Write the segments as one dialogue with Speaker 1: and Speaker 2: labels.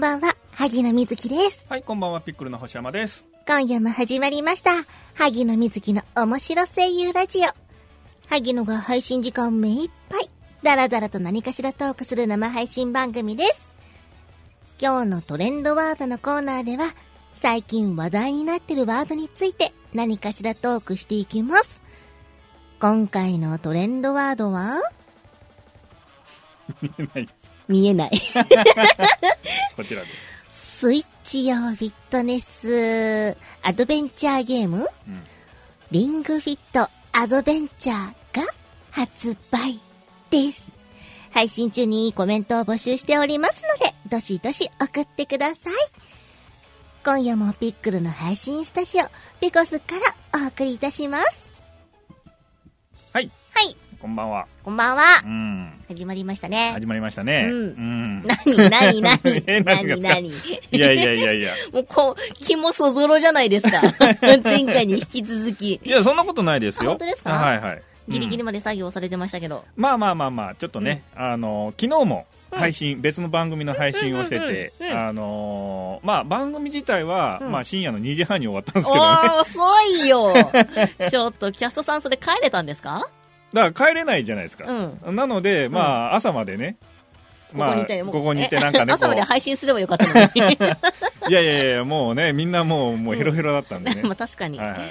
Speaker 1: ばんは、萩野瑞希です。
Speaker 2: はい、こんばんは、ピックルの星山です。
Speaker 1: 今夜も始まりました。萩野瑞希の面白声優ラジオ。萩野が配信時間目いっぱい、ダラダラと何かしらトークする生配信番組です。今日のトレンドワードのコーナーでは、最近話題になってるワードについて何かしらトークしていきます。今回のトレンドワードは、
Speaker 2: はい
Speaker 1: 見えない。
Speaker 2: こちらです。
Speaker 1: スイッチ用フィットネスアドベンチャーゲーム、
Speaker 2: うん
Speaker 1: リングフィットアドベンチャーが発売です。配信中にコメントを募集しておりますので、どしどし送ってください。今夜もピックルの配信スタジオ、ピコスからお送りいたします。
Speaker 2: はい、
Speaker 1: はい、
Speaker 2: こんばんは。
Speaker 1: こんばんは。
Speaker 2: うん。
Speaker 1: 始まりましたね。
Speaker 2: 始まりましたね。
Speaker 1: うん
Speaker 2: ん
Speaker 1: 何、何、何
Speaker 2: え、 何が
Speaker 1: 何、何。
Speaker 2: いやいやいや いや。
Speaker 1: もうこう、気もそぞろじゃない ですか。前回に引き続き
Speaker 2: い。や、そんなことないですよ。
Speaker 1: あ本当ですか
Speaker 2: はいはい。
Speaker 1: ギリギリ
Speaker 2: うん
Speaker 1: まで作業されてましたけど。
Speaker 2: まあまあまあまあ、ちょっとね、あの、昨日も配信、別の番組の配信をしてて、
Speaker 1: うんうんうんうん
Speaker 2: あのーまあ番組自体は、
Speaker 1: うん
Speaker 2: まあ深夜の2時半に終わったんですけどね。
Speaker 1: おー、遅い よちょっと、キャストさんそれ帰れたんですか
Speaker 2: だから帰れないじゃないですか。なので、
Speaker 1: ん
Speaker 2: まあ、朝までね、
Speaker 1: ここにいて、
Speaker 2: ま
Speaker 1: も
Speaker 2: あ、
Speaker 1: う
Speaker 2: ここにいて
Speaker 1: え
Speaker 2: なんかね、こ
Speaker 1: 朝まで
Speaker 2: う
Speaker 1: 配信すればよかった のに。
Speaker 2: いやいやいや、もうね、みんなもう、もうヘロヘロだったんでね。
Speaker 1: まあ確かに。
Speaker 2: はい
Speaker 1: あ
Speaker 2: はい
Speaker 1: ら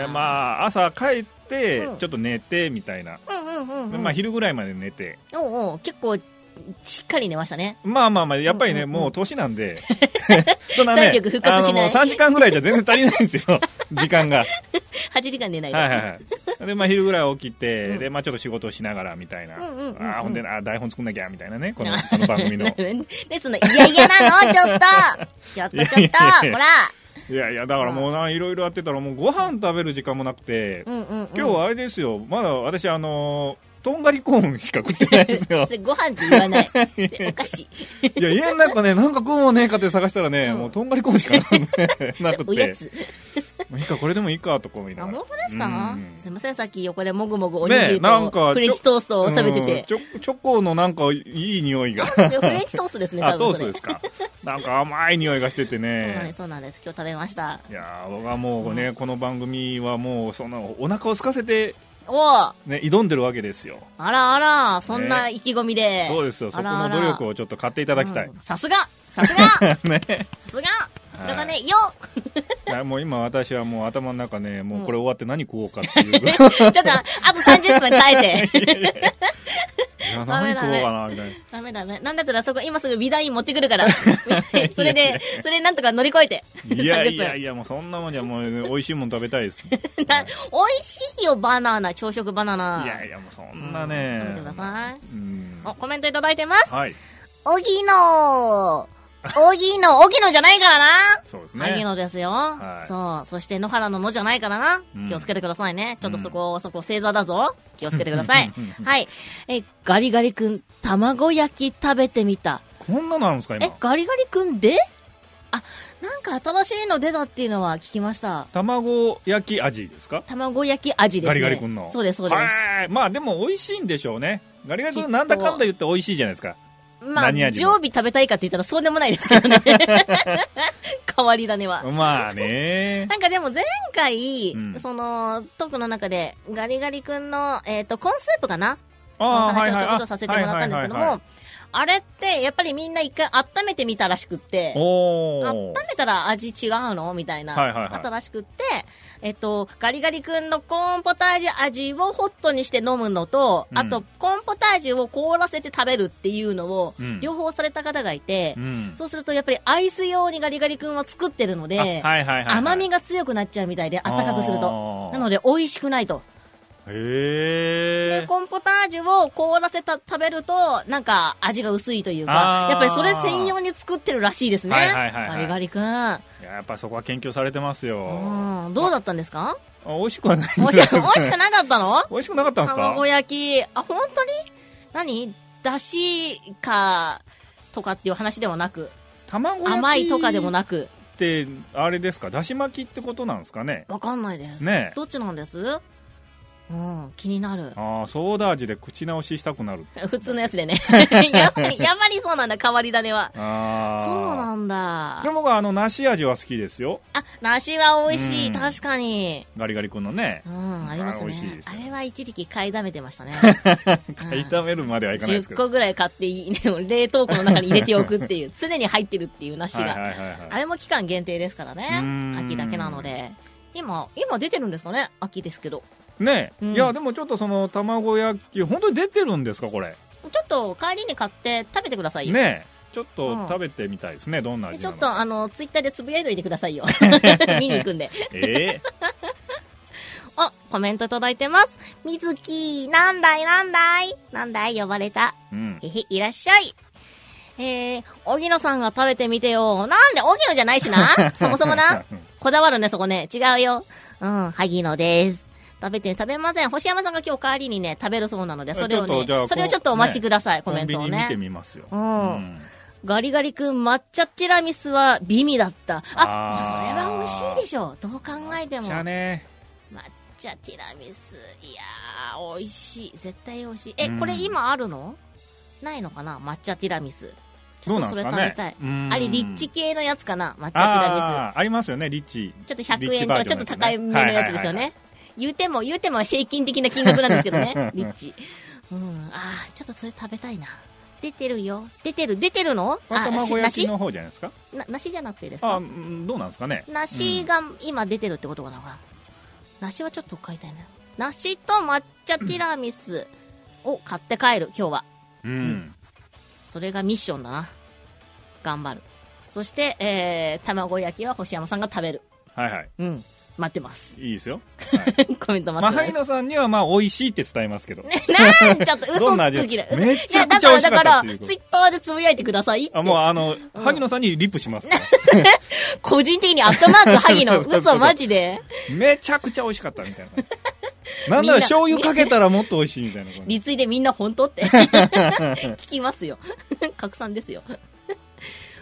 Speaker 2: ね
Speaker 1: ー
Speaker 2: まあ朝帰って、
Speaker 1: うん
Speaker 2: ちょっと寝てみたいな、
Speaker 1: うんうんうんうん。
Speaker 2: まあ昼ぐらいまで寝て
Speaker 1: おうおう結構、しっかり寝ましたね。
Speaker 2: まあまあまあやっぱりね、
Speaker 1: うんうんうん
Speaker 2: もう年なんで そんな
Speaker 1: 体力復活しない
Speaker 2: あのもう3時間ぐらいじゃ全然足りないんで すよ時間がは
Speaker 1: 8時間寝ない
Speaker 2: い
Speaker 1: と。
Speaker 2: はいはいでまあ昼ぐらい起きて、
Speaker 1: うん
Speaker 2: でまあちょっと仕事をしながらみたいな、
Speaker 1: うんうんうんうん
Speaker 2: あーほんでなあー台本作んなきゃみたいなねこのこの番 組の
Speaker 1: で、その、いやいやなのち ょっとちょっとちょっとほら
Speaker 2: いやいやだからもうないろいろやってたらもうご飯食べる時間もなくて、
Speaker 1: うんうんうん。
Speaker 2: 今日はあれですよまだ私あのーとんがりコーンしか食ってない ですよ
Speaker 1: それご飯って言わ ない。でお菓子。
Speaker 2: いや、家の中ね、なんかコーンもねえかって探したらね、
Speaker 1: うん
Speaker 2: もうとんがりコーンしかなくてなくて
Speaker 1: おやつ。
Speaker 2: もういいか、これでもいいか、とか思い
Speaker 1: あ、
Speaker 2: ながら
Speaker 1: 本。当ですか、
Speaker 2: うん
Speaker 1: すいません、さっき横でもぐもぐおにぎり
Speaker 2: ねなん
Speaker 1: と
Speaker 2: か
Speaker 1: フレンチトーストを食べて
Speaker 2: うん
Speaker 1: て。
Speaker 2: チョチョコのなんかいい匂 いが。
Speaker 1: でフレンチトーストですね、
Speaker 2: あ、
Speaker 1: 多
Speaker 2: トー
Speaker 1: 分
Speaker 2: ス
Speaker 1: そ
Speaker 2: ト
Speaker 1: れ。
Speaker 2: ですか。なんか甘い匂いがして
Speaker 1: そ
Speaker 2: て
Speaker 1: うなんで
Speaker 2: ね
Speaker 1: す、。そうなんです。今日食べました。
Speaker 2: いやー僕はもうね、この番組はもう、その、お腹を空かせて、
Speaker 1: おー
Speaker 2: ね、挑んでるわけですよ。
Speaker 1: あらあら、そんな意気込みで。
Speaker 2: そうですよ、そ
Speaker 1: あ
Speaker 2: こ
Speaker 1: ら
Speaker 2: の
Speaker 1: あら
Speaker 2: 努力をちょっと買っていただきたい。
Speaker 1: うんさすがさすがさ
Speaker 2: ね。
Speaker 1: すがさすがだ
Speaker 2: は
Speaker 1: ね、よ
Speaker 2: いやもう今私はもう頭の中ね、もうこれ終わって何食おうかっていう。 い
Speaker 1: ちょっと、あと30分耐えて。
Speaker 2: や、
Speaker 1: ダメ
Speaker 2: 何
Speaker 1: ダ
Speaker 2: 食
Speaker 1: メ
Speaker 2: おうかな、みたいな。
Speaker 1: ダメダメ。なんだったらそこ、今すぐ美大院持ってくる から。それで、それなんとか乗り越えて。
Speaker 2: いやい
Speaker 1: 30
Speaker 2: やい
Speaker 1: 分。
Speaker 2: や、もうそんなもんじゃ、もう美味しいもん食べた いです。い
Speaker 1: な美味しいよ、バナナ、朝食バナナ。
Speaker 2: やいや、もうそんなね。
Speaker 1: うん食べてください
Speaker 2: うん
Speaker 1: お、コメントいただいてます。
Speaker 2: はい、
Speaker 1: おぎのおぎの、おぎのじゃないからな
Speaker 2: そうです
Speaker 1: おぎ
Speaker 2: ね。
Speaker 1: のですよ、
Speaker 2: はい
Speaker 1: そう。そして野原ののじゃないからな、
Speaker 2: うん
Speaker 1: 気をつけてくださいね。ちょっとそこ、そこ正座だぞ。気をつけてください
Speaker 2: うんうんうんう。ん
Speaker 1: はい。え、ガリガリ君、卵焼き食べてみた。
Speaker 2: こんなのあるんですか、
Speaker 1: え
Speaker 2: 今。、
Speaker 1: ガリガリ君であ、なんか新しいの出たっていうのは聞きました。
Speaker 2: 卵焼き味ですか。
Speaker 1: 卵焼き味です
Speaker 2: ガ
Speaker 1: ね。
Speaker 2: リガリ君の。
Speaker 1: そうです、そうです。
Speaker 2: はーいまあ、でも美味しいんでしょうね。ガリガリ
Speaker 1: きっ
Speaker 2: 君、
Speaker 1: と
Speaker 2: なんだかんだ言って美味しいじゃないですか。
Speaker 1: まあ、
Speaker 2: 何味の
Speaker 1: 常備食べたいかって言ったらそうでもないですけどね。 変わり種は。
Speaker 2: ま あ ね。
Speaker 1: なんかでも前回、
Speaker 2: うん
Speaker 1: その、トークの中で、ガリガリ君の、えっ、と、コーンスープかな
Speaker 2: あ
Speaker 1: の
Speaker 2: あ
Speaker 1: 話をちょこっとさせてもらったんですけど。
Speaker 2: はいはいはい
Speaker 1: も、あれって、やっぱりみんな一回温めてみたらしくって、
Speaker 2: お
Speaker 1: 温
Speaker 2: お。
Speaker 1: めたら味違うのみたいな、
Speaker 2: はいはいはい
Speaker 1: あったらしくって、えっ、と、ガリガリ君のコーンポタージュ味をホットにして飲むのと、
Speaker 2: うん
Speaker 1: あと、コーンポタージュを凍らせて食べるっていうのを
Speaker 2: うん、
Speaker 1: 両方された方がいて、
Speaker 2: うん
Speaker 1: そうするとやっぱりアイス用にガリガリ君は作ってるので、
Speaker 2: あはいはいはいはい。
Speaker 1: 甘みが強くなっちゃうみたいで、あったかくすると。な
Speaker 2: と
Speaker 1: ので、美味しくないと。
Speaker 2: へ
Speaker 1: で、
Speaker 2: え。
Speaker 1: コーンポタージュを凍らせた、食べると、なんか、味が薄いというか
Speaker 2: あ、ー
Speaker 1: やっぱりそれ専用に作ってるらしいですね。
Speaker 2: はいはいはいは
Speaker 1: ガリ
Speaker 2: い
Speaker 1: ガリ君。
Speaker 2: いややっぱそこは研究されてますよ。
Speaker 1: うん。どうだったんです か
Speaker 2: あ美味しくはない
Speaker 1: 美
Speaker 2: みた
Speaker 1: 味
Speaker 2: いで
Speaker 1: し
Speaker 2: す
Speaker 1: く、
Speaker 2: ね
Speaker 1: 美味しくなかったの
Speaker 2: 美味しくなかったんですか
Speaker 1: 卵焼き。あ、本当に何だしか、とかっていう話ではなく、
Speaker 2: 卵焼き
Speaker 1: 甘いとかでもなく、
Speaker 2: ってあれですかだし巻きってことなんですかね
Speaker 1: わかんないです。
Speaker 2: ねえ
Speaker 1: どっちなんですうん、気になる。
Speaker 2: ああソーダ味で口直ししたくなる
Speaker 1: 普通のやつでね。やっぱり、やっぱりそうなんだ、変わり種は。そう
Speaker 2: ああ
Speaker 1: なんだ
Speaker 2: で。も僕はあの梨味は好きですよ
Speaker 1: あ、梨は美味しい、
Speaker 2: うん
Speaker 1: 確かに。
Speaker 2: ガリガリ君のね
Speaker 1: うん、あります
Speaker 2: あ
Speaker 1: ね
Speaker 2: 美味しいです
Speaker 1: あ
Speaker 2: よ
Speaker 1: れは一時期買いだめてましたね。
Speaker 2: 買いためるまではいかないですけ
Speaker 1: 10
Speaker 2: ど
Speaker 1: 個ぐらい買っていい、でも冷凍庫の中に入れておくっていう、 常に入ってるっていう梨
Speaker 2: はいはい
Speaker 1: が。
Speaker 2: はいは
Speaker 1: あ
Speaker 2: い
Speaker 1: れも期間限定ですから
Speaker 2: う
Speaker 1: ね。
Speaker 2: ん
Speaker 1: 秋だけなので。今、今出てるんですかね秋ですけど。
Speaker 2: ねえ、
Speaker 1: うん
Speaker 2: いやでもちょっとその卵焼き本当に出てるんですかこれ
Speaker 1: ちょっと帰りに買って食べてくださいよ。
Speaker 2: ねえちょっと
Speaker 1: うん
Speaker 2: 食べてみたいですね、どんな
Speaker 1: で
Speaker 2: 味
Speaker 1: ち
Speaker 2: な
Speaker 1: ょ
Speaker 2: の
Speaker 1: っ
Speaker 2: か
Speaker 1: とあの、ツイッターでつぶやいといてくださ いよ。見に行くんで。
Speaker 2: ええ
Speaker 1: あ、コメントいただいてます。みずき、なんだいなんだいなんだい呼ばれた。
Speaker 2: うん
Speaker 1: へへ、いらっしゃい。えー、おぎのさんが食べてみてよ。なんで、おぎのじゃないし な。 そもそもな。こだわるね、そこね。違うよ。うん、萩野です。食べて、食べません。星山さんが今日帰りにね、食べるそうなので、それを
Speaker 2: ちょっとじゃあこ
Speaker 1: ね、
Speaker 2: う
Speaker 1: それをちょっとお待ちください、コ
Speaker 2: コ
Speaker 1: メ
Speaker 2: ン
Speaker 1: ン
Speaker 2: ビ
Speaker 1: トを
Speaker 2: ニ見て
Speaker 1: ね。
Speaker 2: みますよ、
Speaker 1: うん
Speaker 2: うん
Speaker 1: ガリガリ君、抹茶ティラミスは美味だった。あ、
Speaker 2: あー
Speaker 1: それは美味しいでしょう。どう考えても。
Speaker 2: じゃあね
Speaker 1: 抹茶ティラミスいやー美味しい絶対美味しいえ、
Speaker 2: うん
Speaker 1: これ今あるのないのかな抹茶ティラミスち
Speaker 2: ど
Speaker 1: ょ
Speaker 2: う
Speaker 1: っ
Speaker 2: な
Speaker 1: と
Speaker 2: ん
Speaker 1: そ
Speaker 2: で
Speaker 1: れ
Speaker 2: すか
Speaker 1: 食
Speaker 2: ね
Speaker 1: べたい、あれリッチ系のやつかな抹茶ティラミ
Speaker 2: あーありますよねリッチ
Speaker 1: スちょっと100
Speaker 2: リッチ
Speaker 1: 円
Speaker 2: バ
Speaker 1: から
Speaker 2: ージ
Speaker 1: ち
Speaker 2: ョ
Speaker 1: ょっ
Speaker 2: ンの
Speaker 1: と
Speaker 2: やつね
Speaker 1: 高いめのやつですよ
Speaker 2: はいはいはいは
Speaker 1: ね言うても言うても平均的な金額なんですけど ねリッチうんあーちょっとそれ食べたいな出てるよ出てる出てるの
Speaker 2: これ
Speaker 1: あし
Speaker 2: 卵焼き
Speaker 1: 梨
Speaker 2: の方じゃないですか
Speaker 1: な梨じゃなくてです
Speaker 2: あ
Speaker 1: か
Speaker 2: うんどうなんですかね
Speaker 1: 梨が今出てるってことかな、梨はちょっと買いたいな梨と抹茶ティラミスを買って帰る今日は
Speaker 2: うん、うん
Speaker 1: それがミッションだな頑張るそして、えー、卵焼きは星山さんが食べる
Speaker 2: はいはい
Speaker 1: うん待ってます
Speaker 2: いい ですよ、はい
Speaker 1: コメント
Speaker 2: まあ、
Speaker 1: 待っ
Speaker 2: ハ
Speaker 1: て
Speaker 2: イ
Speaker 1: ま
Speaker 2: ノさんにはまあ美味しいって伝えます けど、
Speaker 1: す、なんちょっと
Speaker 2: どんな
Speaker 1: 嘘
Speaker 2: 味
Speaker 1: つく気だ
Speaker 2: め
Speaker 1: い
Speaker 2: ち
Speaker 1: や
Speaker 2: ゃ
Speaker 1: だ
Speaker 2: くち
Speaker 1: か
Speaker 2: ゃ
Speaker 1: ら
Speaker 2: 美味し
Speaker 1: だ
Speaker 2: か
Speaker 1: か
Speaker 2: ったっ
Speaker 1: ら
Speaker 2: ていうこ
Speaker 1: ツイ
Speaker 2: と
Speaker 1: ッターでつぶやいてくださいって
Speaker 2: あもうあ
Speaker 1: う
Speaker 2: の、
Speaker 1: ん
Speaker 2: 萩野さんにリップしますから
Speaker 1: 個人的にアットマーク萩 野
Speaker 2: そうそうそう
Speaker 1: 嘘マジで
Speaker 2: めちゃくちゃ美味しかったみたい ななんなら醤油かけたらもっと美味しいみたいな感じ
Speaker 1: リツイでみんな本当って 聞きますよ 拡散ですよ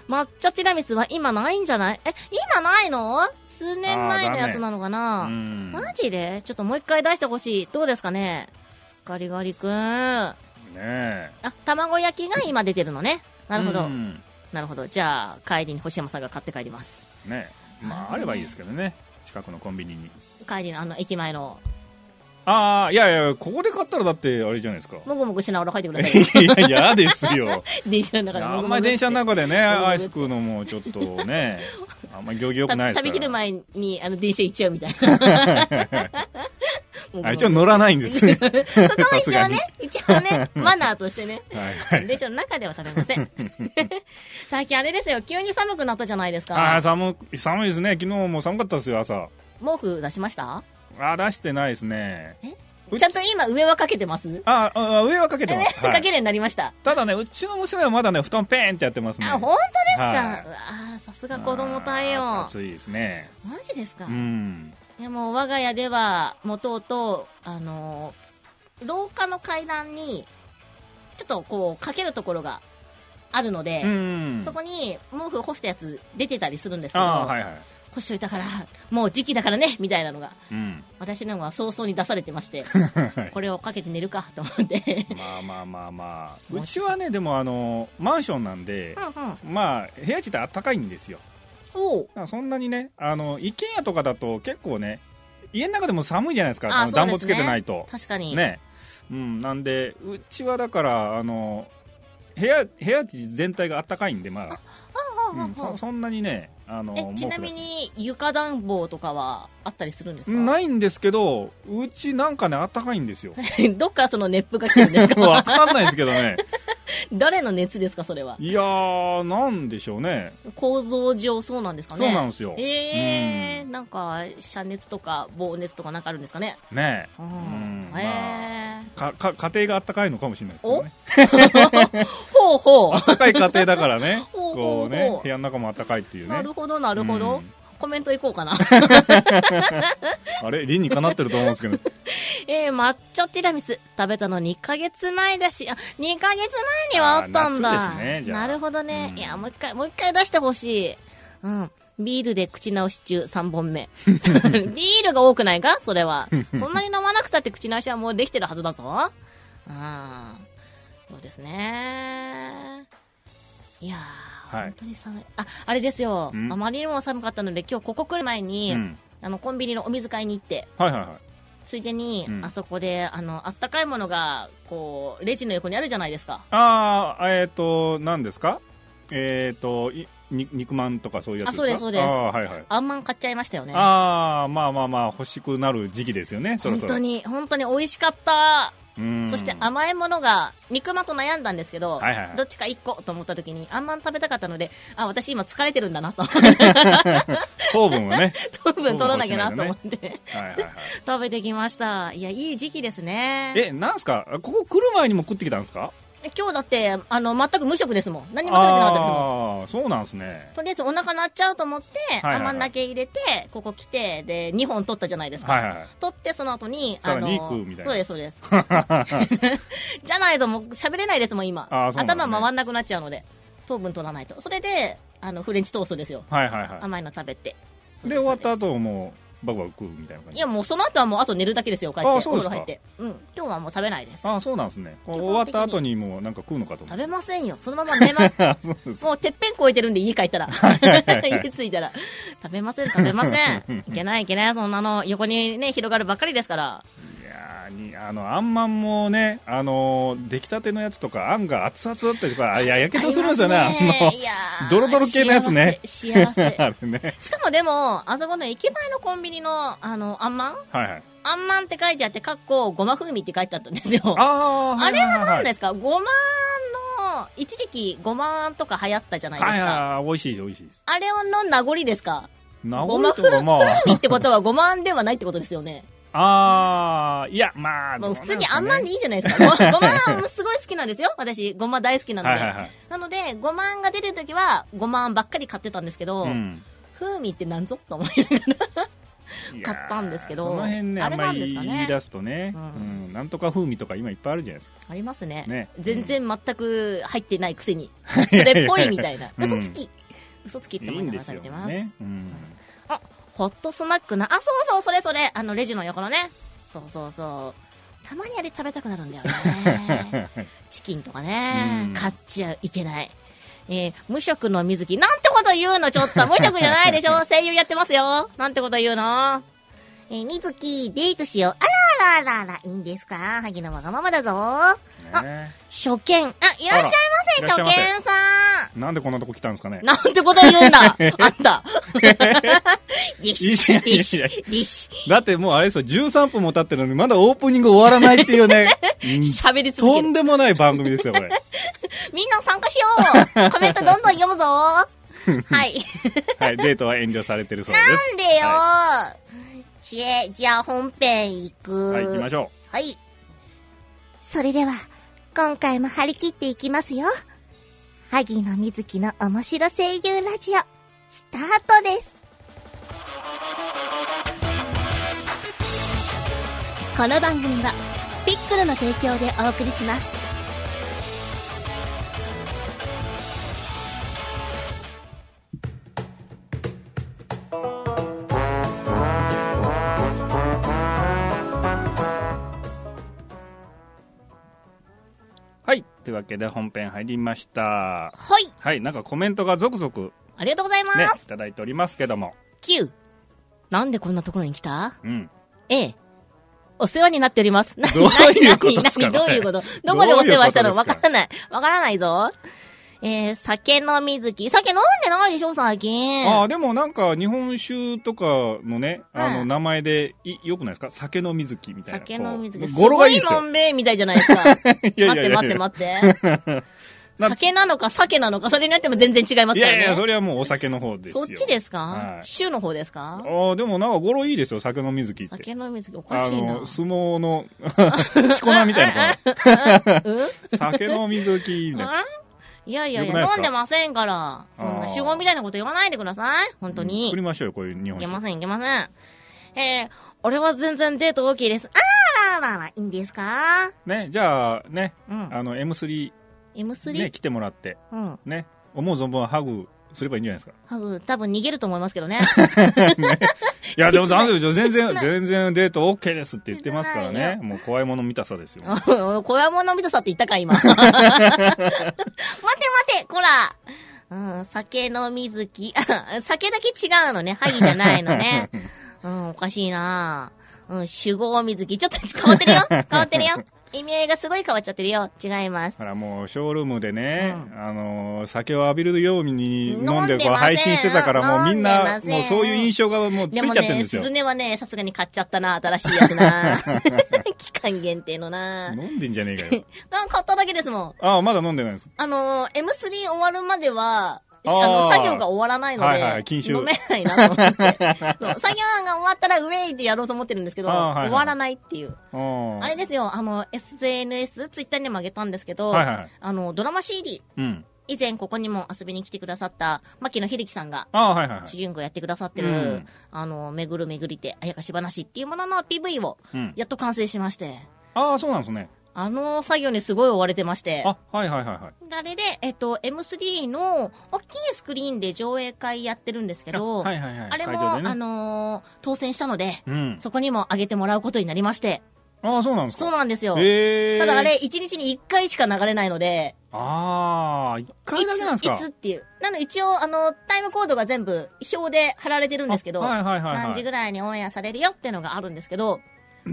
Speaker 1: 抹茶ティラミスは今ないんじゃないえ今ないの数年前のやつなのか
Speaker 2: う
Speaker 1: な、
Speaker 2: んね
Speaker 1: マジでちょっともう一回出してほしいどうですかねガリガリくんあ
Speaker 2: え
Speaker 1: 卵焼きが今出てるのねなるほど、
Speaker 2: うん
Speaker 1: なるほどじゃあ帰りに星山さんが買って帰ります
Speaker 2: ねえまああればいいですけどね近くのコンビニに
Speaker 1: 帰りのあの駅前の
Speaker 2: ああいやいやここで買ったらだってあれじゃないですか
Speaker 1: もぐもぐしながら入ってくださいよ
Speaker 2: いや嫌ですよ
Speaker 1: 電車の中でも
Speaker 2: あ
Speaker 1: ぐも
Speaker 2: ん
Speaker 1: ぐ
Speaker 2: まり電車の中でね
Speaker 1: もぐもぐ
Speaker 2: アイス食うのもちょっとねあんまり行儀良くないです
Speaker 1: 食
Speaker 2: から
Speaker 1: べきる前にあの電車行っちゃうみたいな。
Speaker 2: あ一応乗らない んですね
Speaker 1: そこは
Speaker 2: さ
Speaker 1: 一
Speaker 2: すが
Speaker 1: 応
Speaker 2: に
Speaker 1: ね、一応ね、マナーとしてね。
Speaker 2: はいはい
Speaker 1: 電車の中では食べませ ん。最近あれですよ、急に寒くなったじゃないです
Speaker 2: ああ
Speaker 1: か。
Speaker 2: 寒い寒いですね昨日も寒かったですよ朝
Speaker 1: 毛布出しました
Speaker 2: あー出してないですね
Speaker 1: え
Speaker 2: うち
Speaker 1: ちゃんと今上はかけてます
Speaker 2: あーあー上はかけて
Speaker 1: 上
Speaker 2: ま
Speaker 1: は
Speaker 2: す、は
Speaker 1: か
Speaker 2: い
Speaker 1: けるようになりました。
Speaker 2: ただね、うちの娘はまだね、布団ペーンってやってますね。
Speaker 1: あ、本当ですか
Speaker 2: はいう
Speaker 1: わあさすが子供対応。
Speaker 2: あー
Speaker 1: マ
Speaker 2: 暑いですね。
Speaker 1: ジですか
Speaker 2: うん。
Speaker 1: でも我が家ではもうとうとうあのー廊下の階段にちょっとこうかけるところがあるので、
Speaker 2: うん。
Speaker 1: そこに毛布干したやつ出てたりするんですけど、
Speaker 2: ああ、はいはい。
Speaker 1: 干しといたからもう時期だからね みたいなのが
Speaker 2: うん。
Speaker 1: 私の方が早々に出されてまして
Speaker 2: はい
Speaker 1: これをかけて寝るかと思って
Speaker 2: まあまあまあまあ。うちはね、でもあの、マンションなんで
Speaker 1: う、んうん
Speaker 2: まあ、部屋自体暖かいんですよ。
Speaker 1: おう
Speaker 2: だからそんなにね、あの、一軒家とかだと結構ね、家の中でも寒いじゃないですか。
Speaker 1: あそうで
Speaker 2: の
Speaker 1: すね
Speaker 2: 暖房つけてないと。
Speaker 1: 確かに、
Speaker 2: ね。うん。なんで、うちはだから、あの、部屋、部屋全体が暖かいんで、まだ。
Speaker 1: はあは
Speaker 2: うん、
Speaker 1: あはあ
Speaker 2: そそんなにね、あの、
Speaker 1: えちなみに床暖房とかはあったりするんですか
Speaker 2: ないんですけど、うちなんかね、あったかいん ですよ。
Speaker 1: どっからその熱風が来てるんです か
Speaker 2: わかんないですけどね。
Speaker 1: 誰の熱ですかそれはい
Speaker 2: やー、なんでしょうね。
Speaker 1: 構造上そうなんですかね
Speaker 2: そうなんですよ。
Speaker 1: えー、なんか遮熱とか防熱とかなんかあるんですかね
Speaker 2: ね
Speaker 1: う
Speaker 2: え。うんん
Speaker 1: へ
Speaker 2: まあ
Speaker 1: え
Speaker 2: かか家庭があったかいのかもしれないですけどね。
Speaker 1: ほうほ。
Speaker 2: あったかい家庭だからね
Speaker 1: ほうほうほう
Speaker 2: こうね、部屋の中もあったかいっていう
Speaker 1: う
Speaker 2: ね
Speaker 1: な。るほどなるほど、
Speaker 2: うん
Speaker 1: コメントいこうかな
Speaker 2: あれ、理にかなってると思うんです けど。
Speaker 1: えー、抹茶ティラミス食べたの2ヶ月前だしあ2ヶ月前にはあったんだ
Speaker 2: あー夏ですねじゃあ
Speaker 1: なるほどね、
Speaker 2: うん
Speaker 1: いやもう一回もう一回出してほしいうんビールで口直し中3本 目。ビールが多くないかそれは。そんなに飲まなくたって口直しはもうできてるはずだぞ。あーそうですね。いやー、
Speaker 2: はい
Speaker 1: 本当に寒い。あ、あれですよ。
Speaker 2: うん
Speaker 1: あまりにも寒かったので、今日ここ来る前に、
Speaker 2: うん
Speaker 1: あの、コンビニのお水買いに行って、
Speaker 2: はいはいはい
Speaker 1: ついでに、
Speaker 2: うん
Speaker 1: あそこで、あの、あったかいものが、こう、レジの横にあるじゃないですか。
Speaker 2: ああえっ、ー、と何ですかえっ、ー、といに肉まんとかそういうやつですか
Speaker 1: あそうですそうです
Speaker 2: あーはいはい、
Speaker 1: あんまん買っちゃいましたよね。
Speaker 2: ああまあまあまあ欲しくなる時期ですよねそろ
Speaker 1: 本
Speaker 2: そろ
Speaker 1: 当に、本当に美味しかった。
Speaker 2: うん
Speaker 1: そして甘いものが肉まんと悩んだんですけど、
Speaker 2: はいはいはい
Speaker 1: どっちか1個と思った時にあんまん食べたかったのであ私今疲れてるんだなと
Speaker 2: 糖分 をね
Speaker 1: 糖分取らなきゃなと思って、
Speaker 2: はいはいはい
Speaker 1: 食べてきましたいやいい時期ですね
Speaker 2: えなんすかここ来る前にも食ってきたんですか
Speaker 1: 今日だってあの全く無食ですもん何も食べてなかったですもん
Speaker 2: ああそうなんですね
Speaker 1: とりあえずお腹鳴っちゃうと思って、
Speaker 2: はいはい
Speaker 1: あんまんだけ入れてここ来てで2本取ったじゃないですか、
Speaker 2: はいはいはい
Speaker 1: 取ってその後に
Speaker 2: さらに食うみたいな
Speaker 1: そうですそうです じゃないともう喋れないですもん今
Speaker 2: あーそうなん
Speaker 1: 頭
Speaker 2: だね
Speaker 1: 回んなくなっちゃうので糖分取らないとそれであのフレンチトーストですよ
Speaker 2: はいはいは
Speaker 1: 甘いの食べて
Speaker 2: いで終わった後もうバクバク食うみたいな感
Speaker 1: い
Speaker 2: じ
Speaker 1: やもうその後はもうあと寝るだけですよ帰って
Speaker 2: あ
Speaker 1: お
Speaker 2: ーそう
Speaker 1: 風
Speaker 2: で
Speaker 1: 呂
Speaker 2: すか
Speaker 1: 入ってうん今日はもう食べないです
Speaker 2: ああそうなんですねこう
Speaker 1: 基
Speaker 2: 終わ
Speaker 1: 本的
Speaker 2: っ
Speaker 1: に
Speaker 2: た後にもうなんか食うのかと思
Speaker 1: 食
Speaker 2: っ
Speaker 1: べ
Speaker 2: て
Speaker 1: ませんよそのまま寝ます
Speaker 2: そうです
Speaker 1: もうてっぺん越えてるんで家帰ったら
Speaker 2: いはい
Speaker 1: 家着いたら食べません食べません いけないいけないそんなの横にね広がるばっかりですから
Speaker 2: いやーにあのあんまんもねあのー出来たてのやつとかあんが熱々だったりとかあいややけどするんですよね
Speaker 1: ありますね
Speaker 2: あの
Speaker 1: いやー
Speaker 2: ドロドロ系のやつね
Speaker 1: 幸せ幸せ
Speaker 2: あれね
Speaker 1: しかもでもあそこの駅前のコンビニのあのあんまん
Speaker 2: はいはい
Speaker 1: あんまんって書いてあってかっこごま風味って書いてあったんですよあ
Speaker 2: あーい
Speaker 1: れはい
Speaker 2: い
Speaker 1: 何ですか、ごまの一時期ごまとか流行ったじゃないですか、
Speaker 2: はいはいはい美味しいです美味しいです
Speaker 1: あれの名残ですか
Speaker 2: 名
Speaker 1: ごま
Speaker 2: 残と
Speaker 1: 風
Speaker 2: かまあ
Speaker 1: 味ってことはごまあんではないってことですよね
Speaker 2: ああいやまあ
Speaker 1: も
Speaker 2: ど
Speaker 1: う
Speaker 2: な
Speaker 1: 普通
Speaker 2: んすかね
Speaker 1: にあんまんでいいじゃないです かごごまあんもすごい好きなんですよ私ごま大好きなので、
Speaker 2: はいはいはい
Speaker 1: なのでごまあんが出てる時はごまあんばっかり買ってたんですけど、
Speaker 2: うん
Speaker 1: 風味ってなんぞと思い
Speaker 2: いやー
Speaker 1: 買ったんですけど
Speaker 2: その辺ね
Speaker 1: あ
Speaker 2: あ
Speaker 1: れ
Speaker 2: んま
Speaker 1: なん
Speaker 2: り
Speaker 1: ですかね
Speaker 2: 言い出すとね
Speaker 1: う
Speaker 2: うんんなんとか風味とか今いっぱいあるじゃないですか
Speaker 1: ありますね
Speaker 2: ね
Speaker 1: 全然全く入ってないくせに、それっぽいみたいな
Speaker 2: うん
Speaker 1: 嘘つき、嘘つきって
Speaker 2: いい
Speaker 1: 思い
Speaker 2: ん
Speaker 1: なが
Speaker 2: で
Speaker 1: ら
Speaker 2: す
Speaker 1: 食べ
Speaker 2: よ
Speaker 1: てます
Speaker 2: ねうん
Speaker 1: あホットスナックなあそうそうそれそれあのレジの横のねそうそうそうたまにあれ食べたくなるんだよね チキンとかね
Speaker 2: うん
Speaker 1: 買っちゃいけないえー無職の水木なんてこと言うのちょっと無職じゃないで しょ声優やってますよなんてこと言うの
Speaker 3: えー、みずき、デートしよう。あらあらあらあら、いいんですか萩のわがままだぞ。
Speaker 2: ね
Speaker 1: 初見あいらっしゃいませ
Speaker 2: あらいらっし
Speaker 1: 初
Speaker 2: ゃいませ
Speaker 1: 見さん
Speaker 2: なんでこんなとこ来たんですかね
Speaker 1: なんてこと言うん だあった
Speaker 3: ディッ
Speaker 2: いい
Speaker 3: シ
Speaker 2: じゃ
Speaker 3: ュ、
Speaker 2: ん
Speaker 3: ディッシュ、
Speaker 2: い
Speaker 3: デ
Speaker 2: い
Speaker 3: ィッシュ。
Speaker 2: だってもうあれですよ13分も経ってるのにまだオープニング終わらないってい うねうん
Speaker 1: 喋り続
Speaker 2: と
Speaker 1: ける
Speaker 2: んでもない番組ですよこれ
Speaker 1: みんな参加しようコメントどんどん読 むぞはい。
Speaker 2: はいデートは遠慮されてるそうで
Speaker 3: なんでよ、ちえ、じゃあ本編行く。
Speaker 2: すはい行きましょ
Speaker 3: はい。それでは、今回も張り切っていきますよ。萩野瑞希の面白声優ラジオ、スタートです。この番組は、ピックルの提供でお送りします。
Speaker 2: うはいというわけで本編入りました
Speaker 1: はい。
Speaker 2: はいなんかコメントが続々
Speaker 1: ありがとうございま
Speaker 2: ね
Speaker 1: す。
Speaker 2: いただいておりますけども
Speaker 1: Q。なんでこんなところに来た
Speaker 2: うん、
Speaker 1: ?A。お世話になっております。な
Speaker 2: どういうことです
Speaker 1: な
Speaker 2: か
Speaker 1: になにどういうことどこでお世話したのわからない。わからないぞ。えー、酒飲み好き。酒飲んでないでしょ、最近。
Speaker 2: ああでもなんか日本酒とかのね、あ
Speaker 3: う
Speaker 2: の
Speaker 3: ん
Speaker 2: 名前でいよくないですか酒の水木みたいな
Speaker 1: 酒飲み好き。
Speaker 2: こう
Speaker 1: す
Speaker 2: 語呂
Speaker 1: ご
Speaker 2: がいい
Speaker 1: い
Speaker 2: です
Speaker 1: の
Speaker 2: よ
Speaker 1: んべえみたいじゃないですか。
Speaker 2: いやいやいや
Speaker 1: 待って待って待って。
Speaker 2: な
Speaker 1: 酒なのか酒なのか、それによっても全然違います
Speaker 2: い
Speaker 1: から
Speaker 2: や
Speaker 1: ね。
Speaker 2: いやそれはもうお酒の方です
Speaker 1: そっ
Speaker 2: よ
Speaker 1: ちですか
Speaker 2: はい
Speaker 1: 州の方ですか
Speaker 2: ああでもなんか語呂いいですよ酒の水木って
Speaker 1: 酒飲み好きおか
Speaker 2: あ
Speaker 1: しいな。
Speaker 2: の、相撲の、 しこ名みたいな こ
Speaker 1: うん
Speaker 2: の、酒の水着みたいな。
Speaker 1: いやいやい
Speaker 2: よくない
Speaker 1: や
Speaker 2: で、すか
Speaker 1: 飲んでませんから。そんな
Speaker 2: あー
Speaker 1: 主語みたいなこと言わないでください。本当に。
Speaker 2: 作りましょうよ、こういう日
Speaker 1: い
Speaker 2: 本
Speaker 1: けま
Speaker 2: 酒。
Speaker 1: せん、いけません。えー、俺は全然デート OK です。あ
Speaker 3: あらあらあら、いいんですか
Speaker 2: ね、じゃあね、
Speaker 3: うん。
Speaker 2: あの、M3
Speaker 1: !M3?
Speaker 2: ね、来てもらって、
Speaker 3: うん。
Speaker 2: ね、思う存分ハグすればいいんじゃないですか。
Speaker 1: 多分、多分逃げると思いますけ どね。
Speaker 2: いや、でも
Speaker 1: 切ない
Speaker 2: 男女全然、
Speaker 1: 切ない
Speaker 2: 全然デート OK ですって言ってますから
Speaker 1: 切ない
Speaker 2: ね。もう怖いもの見たさですよ。
Speaker 1: 小山の見たさって言ったか、 今。待て待て、こら。うん、酒の水木。あ酒だけ違うのね。萩じゃないの ね。うん、おかしいなうん、酒豪水木。ちょっと変わってるよ。変わってるよ。意味合いがすごい変わっちゃってるよ。違います
Speaker 2: だか。らもう、ショールームでね、あのー、酒を浴びるように
Speaker 1: 飲んで
Speaker 2: 飲んでこう
Speaker 1: ません
Speaker 2: 配信してたから、もうみん
Speaker 1: 飲んでま
Speaker 2: な、
Speaker 1: せん
Speaker 2: もうそういう印象がもうつ
Speaker 1: で
Speaker 2: いちゃっ
Speaker 1: も
Speaker 2: てるん
Speaker 1: ね、
Speaker 2: ですよ
Speaker 1: 鈴。音はね、さすがに買っちゃったな。新しいやつな。 期間限定のな。
Speaker 2: 飲んでんじゃねえかよ。
Speaker 1: あ買っただけですもん。
Speaker 2: ああ、まだ飲んでないんです。
Speaker 1: あのー、M3 終わるまでは、あ
Speaker 2: あー
Speaker 1: の、作業が終わらないので、
Speaker 2: はいはい禁酒
Speaker 1: 飲めないなと思 って。そう作業が終わったらウェイでやろうと思ってるんですけど、
Speaker 2: あーはいはい
Speaker 1: 終わらないっていう。
Speaker 2: あ
Speaker 1: あれですよ、あの、SNS、ツイッターにもあげたんですけど、
Speaker 2: はいはいはい
Speaker 1: あの、ドラマ CD、
Speaker 2: うん。
Speaker 1: 以前ここにも遊びに来てくださった、牧野秀樹さんが、
Speaker 2: ああ、はいはいは
Speaker 1: 主
Speaker 2: い。
Speaker 1: 人公やってくださってる、
Speaker 2: うん
Speaker 1: あの、めぐるめぐりて、あやかし話っていうものの PV を、
Speaker 2: うん。
Speaker 1: やっと完成しまして、
Speaker 2: ああ、そうなんですね。
Speaker 1: あの作業にすごい追われてまして。
Speaker 2: あ、はいはいはいはい。
Speaker 1: あれで、えっと、M3 の大きいスクリーンで上映会やってるんですけど、
Speaker 2: はいはいはい。
Speaker 1: あれも、
Speaker 2: 会場でね
Speaker 1: あのー当選したので、
Speaker 2: うん。
Speaker 1: そこにも上げてもらうことになりまして、
Speaker 2: ああ、そうなんですか。
Speaker 1: そうなんですよ。
Speaker 2: ええー。
Speaker 1: ただあれ、1日に1回しか流れないので、
Speaker 2: ああ、一回だけなんですか
Speaker 1: いついつっていう。なので一応、あの、タイムコードが全部表で貼られてるんですけど、
Speaker 2: あはいはいはい、はい。
Speaker 1: 何時ぐらいにオンエアされるよっていうのがあるんですけど、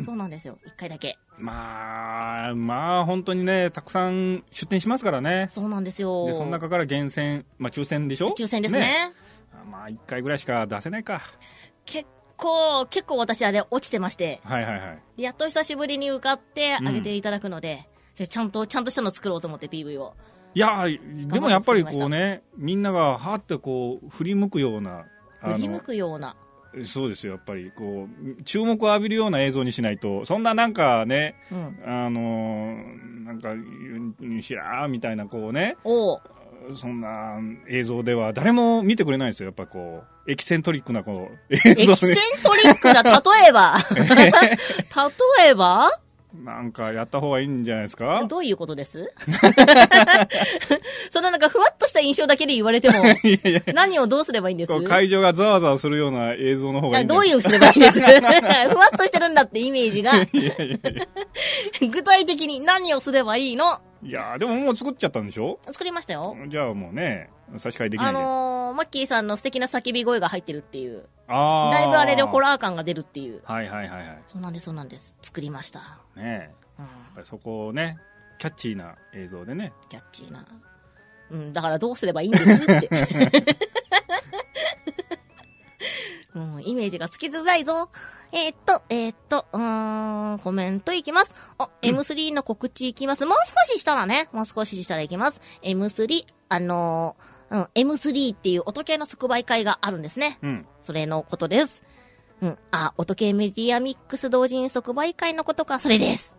Speaker 1: そうなんですよ。1回だけ。
Speaker 2: まあ、まあ、本当にね、たくさん出店しますからね。
Speaker 1: そうなんですよ。
Speaker 2: で、その中から厳選、まあ、抽選でしょ
Speaker 1: 抽選ですね
Speaker 2: まあ、1回ぐらいしか出せないか。
Speaker 1: 結構、結構私あれ落ちてまして、
Speaker 2: はいはいはい。
Speaker 1: でやっと久しぶりに受かって
Speaker 2: うん
Speaker 1: あげていただくので、じゃあちゃんと、ちゃんとしたの作ろうと思って PV を。
Speaker 2: いやー、でもやっぱりこうね、みんながはーってこう、振り向くような、あの
Speaker 1: 振り向くような。
Speaker 2: そうですよ、やっぱりこう、注目を浴びるような映像にしないと、そんななんかね、
Speaker 1: うん。
Speaker 2: あのーなんか、ゆしらーみたいなこうね、
Speaker 1: おう
Speaker 2: そんな映像では誰も見てくれないですよ、やっぱこう、エキセントリックなこう、
Speaker 1: エ
Speaker 2: 映
Speaker 1: キ
Speaker 2: 像
Speaker 1: セン
Speaker 2: に。
Speaker 1: トリックな、例えば例えば
Speaker 2: なんかやった方がいいんじゃないですか
Speaker 1: どういうことです そのなんかふわっとした印象だけで言われても、 何をどうすればいいんです
Speaker 2: こう会場がざわざわするような映像の方
Speaker 1: い
Speaker 2: が
Speaker 1: や
Speaker 2: いいんじ
Speaker 1: ど
Speaker 2: ゃな
Speaker 1: う
Speaker 2: い
Speaker 1: い
Speaker 2: ですか。
Speaker 1: うすればいいんです ふわっとしてるんだってイメージが。具体的に何をすればいいの
Speaker 2: いやーでももう作っちゃったんでしょ
Speaker 1: 作りましたよ。
Speaker 2: じゃあもうね、差し替えできな
Speaker 1: あ
Speaker 2: いです。
Speaker 1: のー、マッキーさんの素敵な叫び声が入ってるっていう。
Speaker 2: あー
Speaker 1: だいぶあれでホラー感が出るっていう。
Speaker 2: はいはいはいは
Speaker 1: そうなんです、そうなんです。作りました。
Speaker 2: い。ねえ
Speaker 1: うん、
Speaker 2: やっぱりそこをね、キャッチーな映像でね。
Speaker 1: キャッチーな。うん、だからどうすればいいんですって。うん、イメージがつきづらいぞ。えーっと、えーっと、うーん、コメントいきます。あ、M3 の告知いきます。もう少ししたらね、もう少ししたらいきます。M3、あのーうん、M3 っていう音系の即売会があるんですね。
Speaker 2: うん。
Speaker 1: それのことです。うん。あ、音系メディアミックス同人即売会のことか、それです。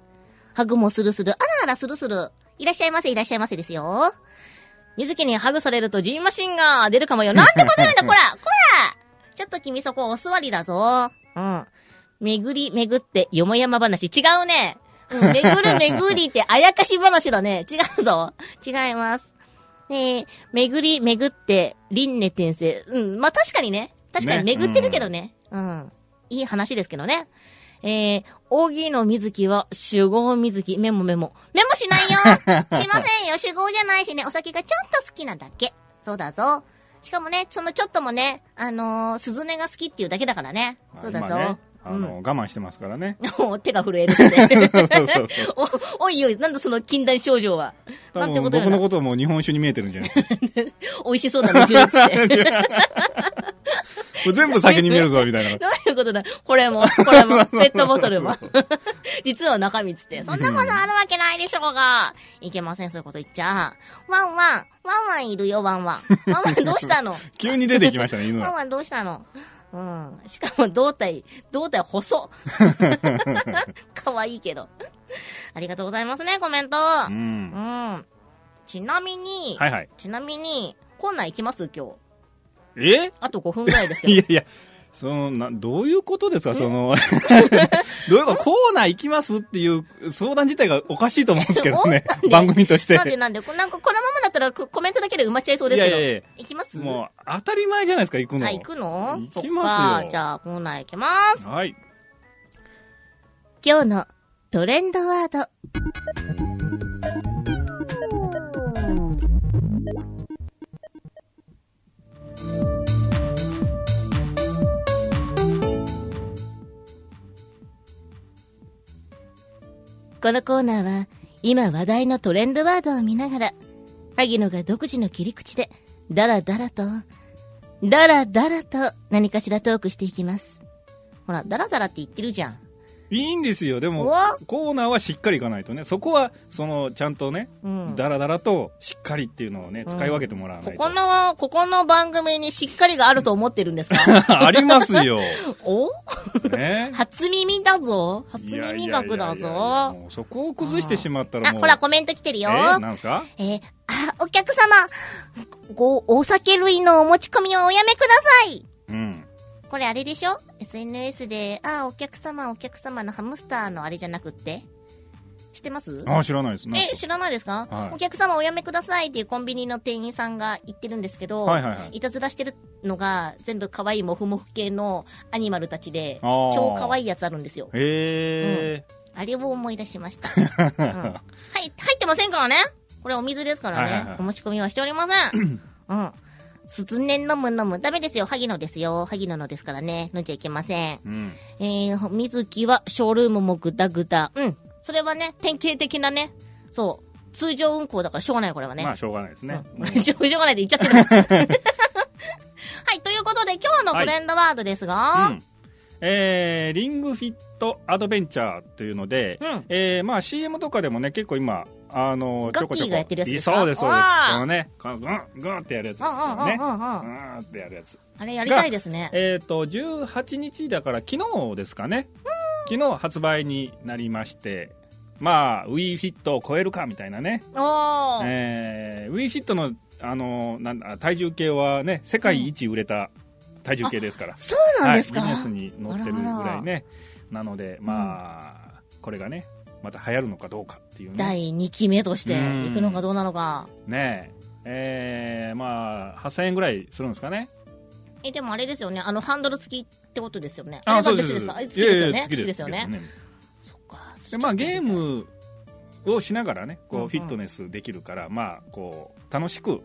Speaker 1: ハグもスルスル、あらあらスルスル。いらっしゃいませ、いらっしゃいませですよ。水木にハグされるとジンマシンが出るかもよ。なんてことなんだ、こ らこらちょっと君そこお座りだぞ。うん。巡り巡ってよもやま話。違うね。うん、巡 る巡りってあやかし話だね。違うぞ。違います。ねえ、巡り巡って輪廻転生。うん、まあ、確かにね。確かに
Speaker 2: ね
Speaker 1: 巡ってるけどね。うん。いい話ですけどね。えー、扇の水木は、酒豪水木、メモメモ。メモしない よしませんよ酒豪じゃないしね、お酒がちょっと好きなだけ。そうだぞ。しかもね、そのちょっともね、あのー、鈴音が好きっていうだけだからね。
Speaker 2: まあ
Speaker 1: そうだぞ。
Speaker 2: 今ね、あの、我慢してますか らね。
Speaker 1: もう手が震えるって。
Speaker 2: そうそうそう。
Speaker 1: おおいおい、なんだその禁断症状は。な
Speaker 2: 多
Speaker 1: んて
Speaker 2: 分
Speaker 1: ことや
Speaker 2: 僕
Speaker 1: ら
Speaker 2: の。ことも日本酒に見えてるんじゃないですか。
Speaker 1: 美味しそうだね、ジュースって。
Speaker 2: もう全部酒に見えるぞ、みたいな。
Speaker 1: どういうことだこれも、 これも、ペットボトルも。 実は中身っつって。そんなことあるわけないでしょうが。いけません、そういうこと言っちゃ。ワンワン、ワンワンいるよ、ワンワン。ワンワンどうした の
Speaker 2: 急に出てきましたね、犬
Speaker 1: ワン
Speaker 2: が。
Speaker 1: ワンどうしたのうん。しかも胴体、胴体 細。可愛いけど。ありがとうございますね、コメント。
Speaker 2: う。
Speaker 1: うんん。ちなみに、
Speaker 2: はいはい。
Speaker 1: ちなみに、コーナー行きます今日。
Speaker 2: え
Speaker 1: あと5分ぐらいですけど
Speaker 2: い。やいや、そのなどういうことですか、そのどういうかコーナー行きますっていう相談自体がおかしいと思うんですけどね
Speaker 1: そうなんで、
Speaker 2: 番組として
Speaker 1: なん。でなんで、こなんかこのままだったらこコメントだけで埋まっちゃいそうですけど。
Speaker 2: いやいやい
Speaker 1: 行きます
Speaker 2: もう当たり前じゃないですか、行くの。
Speaker 1: あ、行くの
Speaker 2: 行きます
Speaker 1: そっか
Speaker 2: よ。
Speaker 1: じゃあコーナー行きます。
Speaker 2: はい。
Speaker 3: 今日のトレンドワード。このコーナーは今話題のトレンドワードを見ながら、萩野が独自の切り口で、ダラダラと、ダラダラと何かしらトークしていきます。
Speaker 1: ほら、ダラダラって言ってるじゃん。
Speaker 2: いいんですよ、で
Speaker 1: う
Speaker 2: も
Speaker 1: わ、
Speaker 2: コーナーはしっかり行かないとね、そこは、その、ちゃんとね、
Speaker 1: うん。
Speaker 2: だらだらと、しっかりっていうのをね、使い分けてもらわな
Speaker 1: こ
Speaker 2: いと。
Speaker 1: この、ここの番組にしっかりがあると思ってるんですか
Speaker 2: ありますよ。
Speaker 1: お
Speaker 2: ね。
Speaker 1: 初耳だぞ。初
Speaker 2: いやいやい
Speaker 1: 耳
Speaker 2: やい
Speaker 1: 学だ
Speaker 2: や
Speaker 1: ぞ。
Speaker 2: もうそこを崩してしまったら
Speaker 1: あ、
Speaker 2: もう。
Speaker 1: ほら、コメント来てるよ。
Speaker 2: えなんですか
Speaker 3: えーあ、お客様、ご、お酒類のお持ち込みをおやめください。
Speaker 2: うん。
Speaker 3: これあれでしょ ?SNS で、あ、お客様、お客様のハムスターのあれじゃなくって知ってます
Speaker 2: あ、知らないです。なんか
Speaker 3: え、知らないですか、
Speaker 2: はい
Speaker 3: お客様おやめくださいっていうコンビニの店員さんが言ってるんですけど、
Speaker 2: はいはいはい
Speaker 3: たずらしてるのが全部可愛いモフモフ系のアニマルたちで、
Speaker 2: あー
Speaker 3: 超可愛いやつあるんですよ。
Speaker 2: へえ。
Speaker 3: あれを思い出しま した。うんはい、入ってませんからね。これお水ですからね。
Speaker 2: はいはいはい
Speaker 3: お持ち込みはしておりませ ん。うん。すずねん飲む飲む。ダメですよ。萩野ですよ。萩野のですからね。飲んじゃいけません。
Speaker 2: うん。
Speaker 3: えー、水木はショールームもグダグダ。うん。
Speaker 1: それはね、典型的なね、そう、通常運行だからしょうがない、これはね。
Speaker 2: まあ、しょうがないですね。
Speaker 1: うん しょうがないで言っちゃってる。 はい、ということで今日のトレンドワードですが、
Speaker 2: うんえーリングフィットアドベンチャーというので、
Speaker 1: うん
Speaker 2: えーまあ、CM とかでもね結構今あの
Speaker 3: ガッキー
Speaker 2: ちょこちょこ
Speaker 3: がやってるやつですか
Speaker 2: そうですそうです
Speaker 1: あー
Speaker 2: このねガンガンガンってやるやつですからね
Speaker 3: うんうんうんうんうん
Speaker 2: ガンってやるやつ
Speaker 3: あれやりたいですね。
Speaker 2: えっ、と18日だから昨日ですかね昨日発売になりましてまあ WeFit を超えるかみたいなね、
Speaker 1: おー
Speaker 2: えー、WeFit のあのなんだ体重計はね世界一売れた体重計ですから、
Speaker 3: そうなんですか、
Speaker 2: はい、ビジネスに載ってるぐ
Speaker 3: あら
Speaker 2: ら
Speaker 3: あ
Speaker 2: いねなのでまあ、これがねまた流行るのかどうかっていうね
Speaker 1: 第2期目として
Speaker 2: うん
Speaker 1: いくのかどうなのか。
Speaker 2: ねええーまあ8000円ぐらいするんですかね
Speaker 1: え、でもあれですよね、あの、ハンドル付きってことですよね。あ
Speaker 2: あ
Speaker 1: れは
Speaker 2: そう
Speaker 1: 別ですか
Speaker 2: そう
Speaker 1: え付きですよ
Speaker 2: いやいや
Speaker 1: ね。
Speaker 2: 月
Speaker 1: 付き
Speaker 2: で
Speaker 1: ですすよね。
Speaker 2: 月で
Speaker 1: そっか。
Speaker 2: すでまあゲームをしながらねこ
Speaker 1: う
Speaker 2: う、
Speaker 1: んうん
Speaker 2: フィットネスできるからまあこう楽しく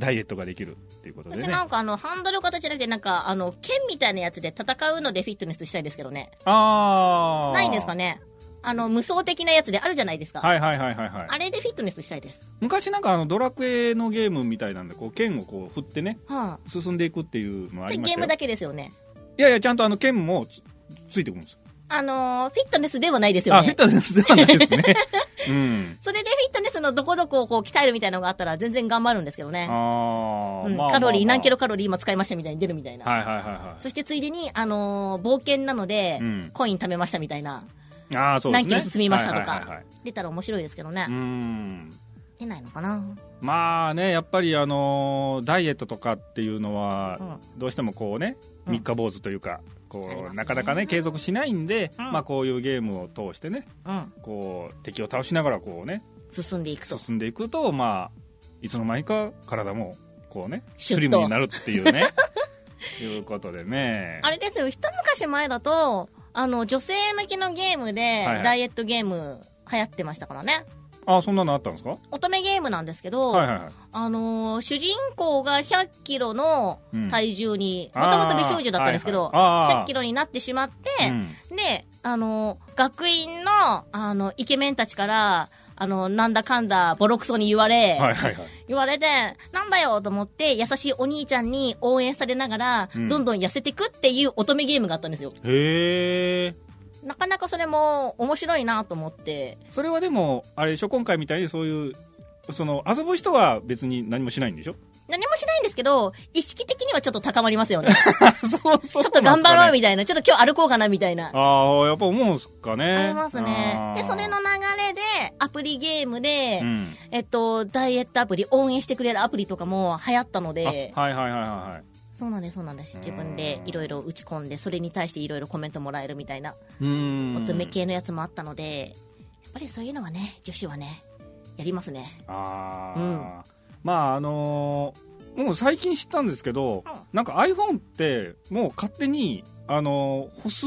Speaker 2: ダイエットができるっていうことで
Speaker 1: 私
Speaker 2: ね
Speaker 1: なんかあの、ハンドル形じゃなくて、なんかあの、剣みたいなやつで戦うのでフィットネスしたいですけどね。
Speaker 2: ああ
Speaker 1: ないんですか
Speaker 2: ね
Speaker 1: ねあの、無双的なやつであるじゃないですか。
Speaker 2: はいはいはいはいはい
Speaker 1: あれでフィットネスしたいです。
Speaker 2: 昔なんかあのドラクエのゲームみたいなんでこう剣をこう振ってね
Speaker 1: は
Speaker 2: 進んでいくっていうのは
Speaker 1: あ。そ
Speaker 2: あ
Speaker 1: れ
Speaker 2: りま
Speaker 1: ゲ
Speaker 2: し
Speaker 1: ー
Speaker 2: た
Speaker 1: ム
Speaker 2: よ
Speaker 1: だけですよね。
Speaker 2: いやいや、ちゃんとあの剣もつついてくるんですよ。
Speaker 1: あのーフィットネスではないですよ
Speaker 2: あ、フィ
Speaker 1: ね。
Speaker 2: ットネスではないですね。 うん。
Speaker 1: それでフィットネスのどこどこをこう鍛えるみたいなのがあったら全然頑張るんですけどね。
Speaker 2: ああ、
Speaker 1: うん
Speaker 2: まあ
Speaker 1: カロリー何キロ
Speaker 2: か。
Speaker 1: カロリー今使いましたみたいに出るみたいな。
Speaker 2: はいはいはいは
Speaker 1: そしてついでに、あのー冒険なので、
Speaker 2: うん
Speaker 1: コイン貯めましたみたいな。
Speaker 2: い。ああ、そうです
Speaker 1: 何
Speaker 2: ね。
Speaker 1: キロ進みましたとか
Speaker 2: はいはいはいはい
Speaker 1: 出たら面白いですけどね
Speaker 2: う。ん。
Speaker 3: 出ないのかな
Speaker 2: まあね、やっぱりあのーダイエットとかっていうのは、どうしてもこうね、
Speaker 1: うん
Speaker 2: 三日坊主というか、
Speaker 1: あり
Speaker 2: こ
Speaker 1: ま
Speaker 2: う、
Speaker 1: すね
Speaker 2: なかなかね、継続しないんで、
Speaker 1: うん
Speaker 2: まあこういうゲームを通してね、
Speaker 1: うん。
Speaker 2: こう、敵を倒しながらこうね、
Speaker 1: 進んでいくと。
Speaker 2: 進んでいくと、まあ、いつの間にか体も、こうね、
Speaker 1: シュ
Speaker 2: ス
Speaker 1: ッと
Speaker 2: リムになるっていうね。 いうことでね。
Speaker 1: あれですよ、一昔前だと、あの、女性向きのゲームで、
Speaker 2: はいはい
Speaker 1: ダイエットゲーム流行ってましたからね。
Speaker 2: あ、そんなのあったんですか
Speaker 1: 乙女ゲームなんですけど、
Speaker 2: はいはいはい。
Speaker 1: あのー主人公が100キロの体重に、
Speaker 2: うん
Speaker 1: もともと美少女だったんですけど、
Speaker 2: あーはいはいあー
Speaker 1: 100キロになってしまって、
Speaker 2: うん
Speaker 1: で、あの、学院の、あの、イケメンたちから、あの、なんだかんだ、ボロクソに言われ、
Speaker 2: はいはいはい。
Speaker 1: 言われて、なんだよと思って、優しいお兄ちゃんに応援されながら、
Speaker 2: うん
Speaker 1: どんどん痩せてくっていう乙女ゲームがあったんですよ。
Speaker 2: へえ。
Speaker 1: なかなかそれも面白いなと思って、
Speaker 2: それはでも、あれでしょ、今回みたいにそういう、その、遊ぶ人は別に何もしないんでしょ
Speaker 1: 何もしないんですけど、意識的にはちょっと高まりますよね。
Speaker 2: そうそ
Speaker 1: ちょっと頑張ろう
Speaker 2: み
Speaker 1: みたいな、ちょっと今日歩こうかなみたいな。
Speaker 2: ああ、やっぱ思うんすかね。
Speaker 1: ありますね
Speaker 2: あ。ー
Speaker 1: で、それの、流れで、アプリゲームで、
Speaker 2: うん。
Speaker 1: えっと、ダイエットアプリ、応援してくれるアプリとかも流行ったので、
Speaker 2: あはいはいはいはいはい。
Speaker 1: そうなんです、そうなんです。自分でいろいろ打ち込んで、それに対していろいろコメントもらえるみたいな、
Speaker 2: うん
Speaker 1: 乙女系のやつもあったので、やっぱりそういうのはね、女子はね、やりますね。
Speaker 2: ああ、まああのーもう最近知ったんですけ
Speaker 1: う
Speaker 2: ど、
Speaker 1: ん
Speaker 2: なんか iPhone ってもう勝手にあのー歩数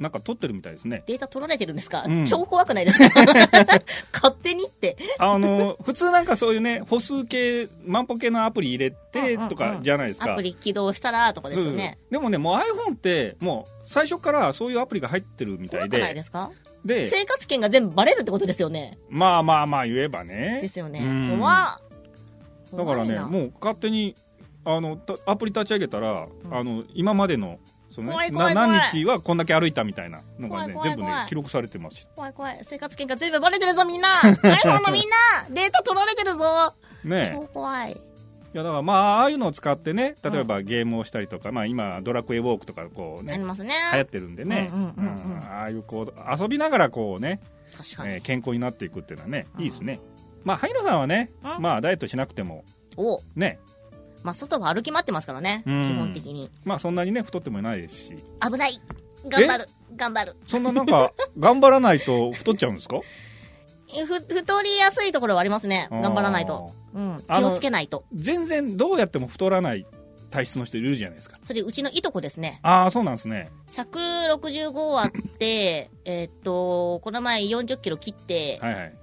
Speaker 2: なんか取ってるみたいですね
Speaker 1: データ取られてるんですか、
Speaker 2: うん
Speaker 1: 超怖くないですか 勝手にって。
Speaker 2: あのー普通なんかそういうね歩数系万歩系のアプリ入れて
Speaker 1: うんうんうん
Speaker 2: とかじゃないですか、
Speaker 1: アプリ起動したらとかですよね。
Speaker 2: うんでもねもう iPhone ってもう最初からそういうアプリが入ってるみた
Speaker 1: 怖
Speaker 2: い
Speaker 1: くない
Speaker 2: で
Speaker 1: ですか
Speaker 2: で
Speaker 1: 生活圏が全部バレるってことですよね。
Speaker 2: まあまあまあ言えばね
Speaker 1: ですよね
Speaker 2: うん。
Speaker 1: 怖っ
Speaker 2: だから
Speaker 1: 怖
Speaker 2: ね
Speaker 1: いな
Speaker 2: もう勝手にあのたアプリ立ち上げたら、
Speaker 1: うん
Speaker 2: あの今までのその、
Speaker 1: 怖い
Speaker 2: ね、
Speaker 1: 怖
Speaker 2: ない
Speaker 1: 怖い
Speaker 2: 何日はこんだけ歩いたみたいなのがね
Speaker 1: 怖い怖い
Speaker 2: 全部
Speaker 1: 怖
Speaker 2: ね
Speaker 1: い
Speaker 2: 記録されてます
Speaker 1: 怖い怖い。生活圏が全部バレてるぞ、 みんな !iPhone のみんなデータ取られてるぞ
Speaker 2: ね
Speaker 1: 超怖い。
Speaker 2: いやだからまあああいうのを使ってね例えばゲームをしたりとか、まあ、今ドラクエウォークとかこう
Speaker 1: あ
Speaker 2: ね
Speaker 1: りますね。
Speaker 2: 流行ってるんでね、
Speaker 1: うんうんうんうん
Speaker 2: うんああいうこう遊びながらこうね、
Speaker 1: 確か
Speaker 2: えー
Speaker 1: に。
Speaker 2: 健康になっていくっていうのはね
Speaker 1: うん
Speaker 2: いいですね、まあ萩野さんはね、
Speaker 1: うん
Speaker 2: まあダイエットしなくても
Speaker 1: お
Speaker 2: ね
Speaker 1: まあ、外は歩き回ってますからね。基
Speaker 2: うん
Speaker 1: 本的に。
Speaker 2: まあそんなにね太ってもないですし
Speaker 3: 危ない。頑張る。頑張る。
Speaker 2: そんななんか頑張らないと太っちゃうんですか
Speaker 1: えふ、太りやすいところはありますね。頑張らないと。うん。
Speaker 2: あ
Speaker 1: 気
Speaker 2: の
Speaker 1: をつけないと。
Speaker 2: 全然どうやっても太らない体質の人いるじゃないですか
Speaker 1: それ、うちのいとこですね。
Speaker 2: ああそうなんですね
Speaker 1: 165あって、 えっと、この前40キロ切って、
Speaker 2: はいはい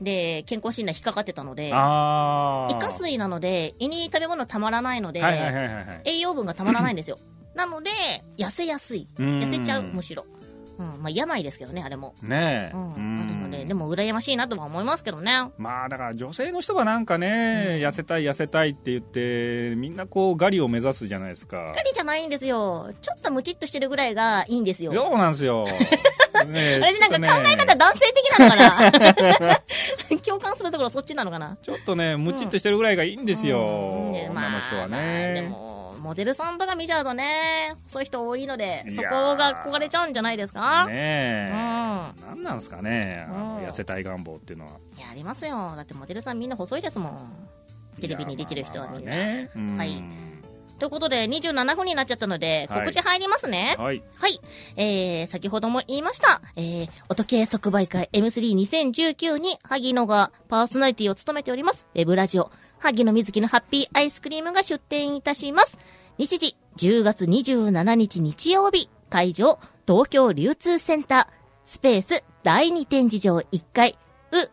Speaker 1: で、健康診断引っかかってたので、
Speaker 2: ああ
Speaker 1: イカ水なので、胃に食べ物たまらないので、
Speaker 2: はいはいはいはいはい
Speaker 1: 栄養分がたまらないんです よ。なので、痩せやすい。痩
Speaker 2: 痩
Speaker 1: せちゃう、むしろ。うん。まあ、病ですけどね、あれも。
Speaker 2: ねえ
Speaker 1: うん。
Speaker 2: うん
Speaker 1: あるので、でも、羨ましいなとは思いますけどね。
Speaker 2: まあだから女性の人がなんかね、
Speaker 1: うん
Speaker 2: 痩せたい痩せたいって言ってみんなこうガリを目指すじゃないですか
Speaker 1: ガリじゃないんですよ。ちょっとムチっとしてるぐらいがいいんですよ。
Speaker 2: そうなんで すよねえ
Speaker 1: 私なんか
Speaker 2: ちょっとね
Speaker 1: 考え方男性的なのかな 共感するところそっちなのかな
Speaker 2: ちょっとねムチっとしてるぐらいがいいんですよ、
Speaker 1: うんで
Speaker 2: 女の人はね、
Speaker 1: まあまあでも、モデルさんとか見ちゃうとね、そういう人多いので、
Speaker 2: い
Speaker 1: そ
Speaker 2: やー
Speaker 1: こが憧れちゃうんじゃないですか、うん。い
Speaker 2: ね
Speaker 1: や
Speaker 2: え、なんなんですかね、あの
Speaker 1: うん
Speaker 2: 痩せたい願望っていうのは
Speaker 1: ありますよ。だってモデルさんみんな細いですもん。テレビに出てる人はみんな。
Speaker 2: いやまあまあまあね
Speaker 1: は
Speaker 2: う
Speaker 1: い
Speaker 2: ん
Speaker 1: ということで、27分になっちゃったので、
Speaker 2: はい
Speaker 1: 告知入りますね。
Speaker 2: はい、
Speaker 1: はい。えー、先ほども言いました、えー、音系即売会 M32019 に、萩野がパーソナリティを務めております、ウェブラジオ、萩野瑞希のハッピーアイスクリームが出店いたします。日時、10月27日日曜日、会場、東京流通センター、スペース第2展示場1階、う、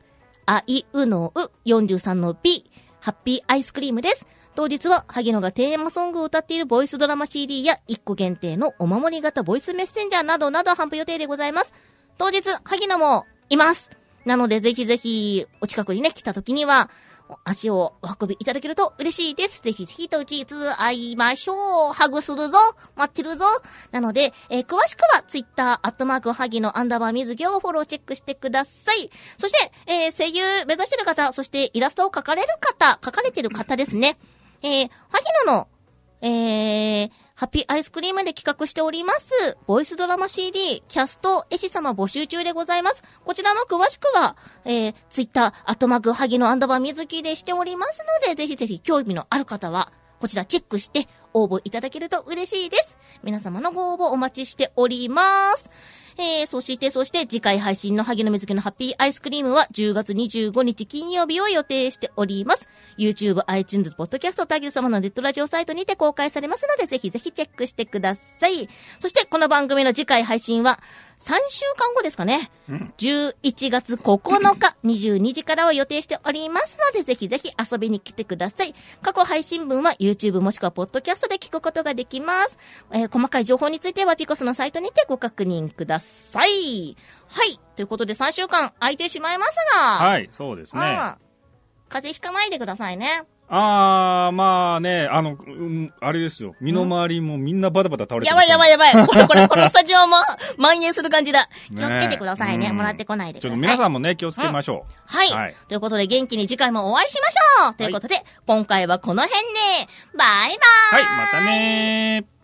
Speaker 1: あいうのう、43の B、ハッピーアイスクリームです。当日は、萩野がテーマソングを歌っているボイスドラマ CD や、1個限定のお守り型ボイスメッセンジャーなどなど販布予定でございます。当日、萩野もいます。なので、ぜひぜひ、お近くにね、来た時には、お足をお運びいただけると嬉しいです。ぜひぜひ、当日会いましょう。ハグするぞ。待ってるぞ。なので、えー詳しくは、ツイッター、アットマーク、ハギのアンダーバー水着をフォローチェックしてください。そして、えー声優目指してる方、そしてイラストを描かれる方、描かれてる方ですね。えー、ハギノの、えー、ハッピーアイスクリームで企画しております、ボイスドラマ CD、キャスト、絵師様募集中でございます。こちらも詳しくは、えー、ツイッター、アットマーク、ハギのアンダーバー水着でしておりますので、ぜひぜひ興味のある方は、こちらチェックして応募いただけると嬉しいです。皆様のご応募お待ちしております。えー、そして、そして、次回配信の萩野瑞希のハッピーアイスクリームは10月25日金曜日を予定しております。YouTube、iTunes、Podcast、タギル様のネットラジオサイトにて公開されますので、ぜひぜひチェックしてください。そして、この番組の次回配信は3週間後ですかね。11月9日 22時からを予定しておりますので、ぜひぜひ遊びに来てください。過去配信分は YouTube もしくは Podcast で聞くことができます。えー細かい情報についてはピコスのサイトにてご確認ください。はい。ということで3週間空いてしまいますが、
Speaker 2: はい、そうですね
Speaker 1: うん風邪ひかないでくださいね。
Speaker 2: ああまあねあの、うん、あれですよ身の回りもみんなバタバタ倒れて
Speaker 1: やばいやばい
Speaker 2: い
Speaker 1: やばい。これこれ、このスタジオも蔓延する感じだ。気をつけてくださいね。
Speaker 2: ねえ
Speaker 1: もらってこないでく
Speaker 2: ちょ
Speaker 1: だ
Speaker 2: っ
Speaker 1: さ
Speaker 2: と
Speaker 1: い。
Speaker 2: 皆さんもね気をつけましょう、
Speaker 1: はい、
Speaker 2: はい
Speaker 1: ということで元気に次回もお会いしましょうということで、今回はこの辺で、バイバーイ
Speaker 2: はいまたねー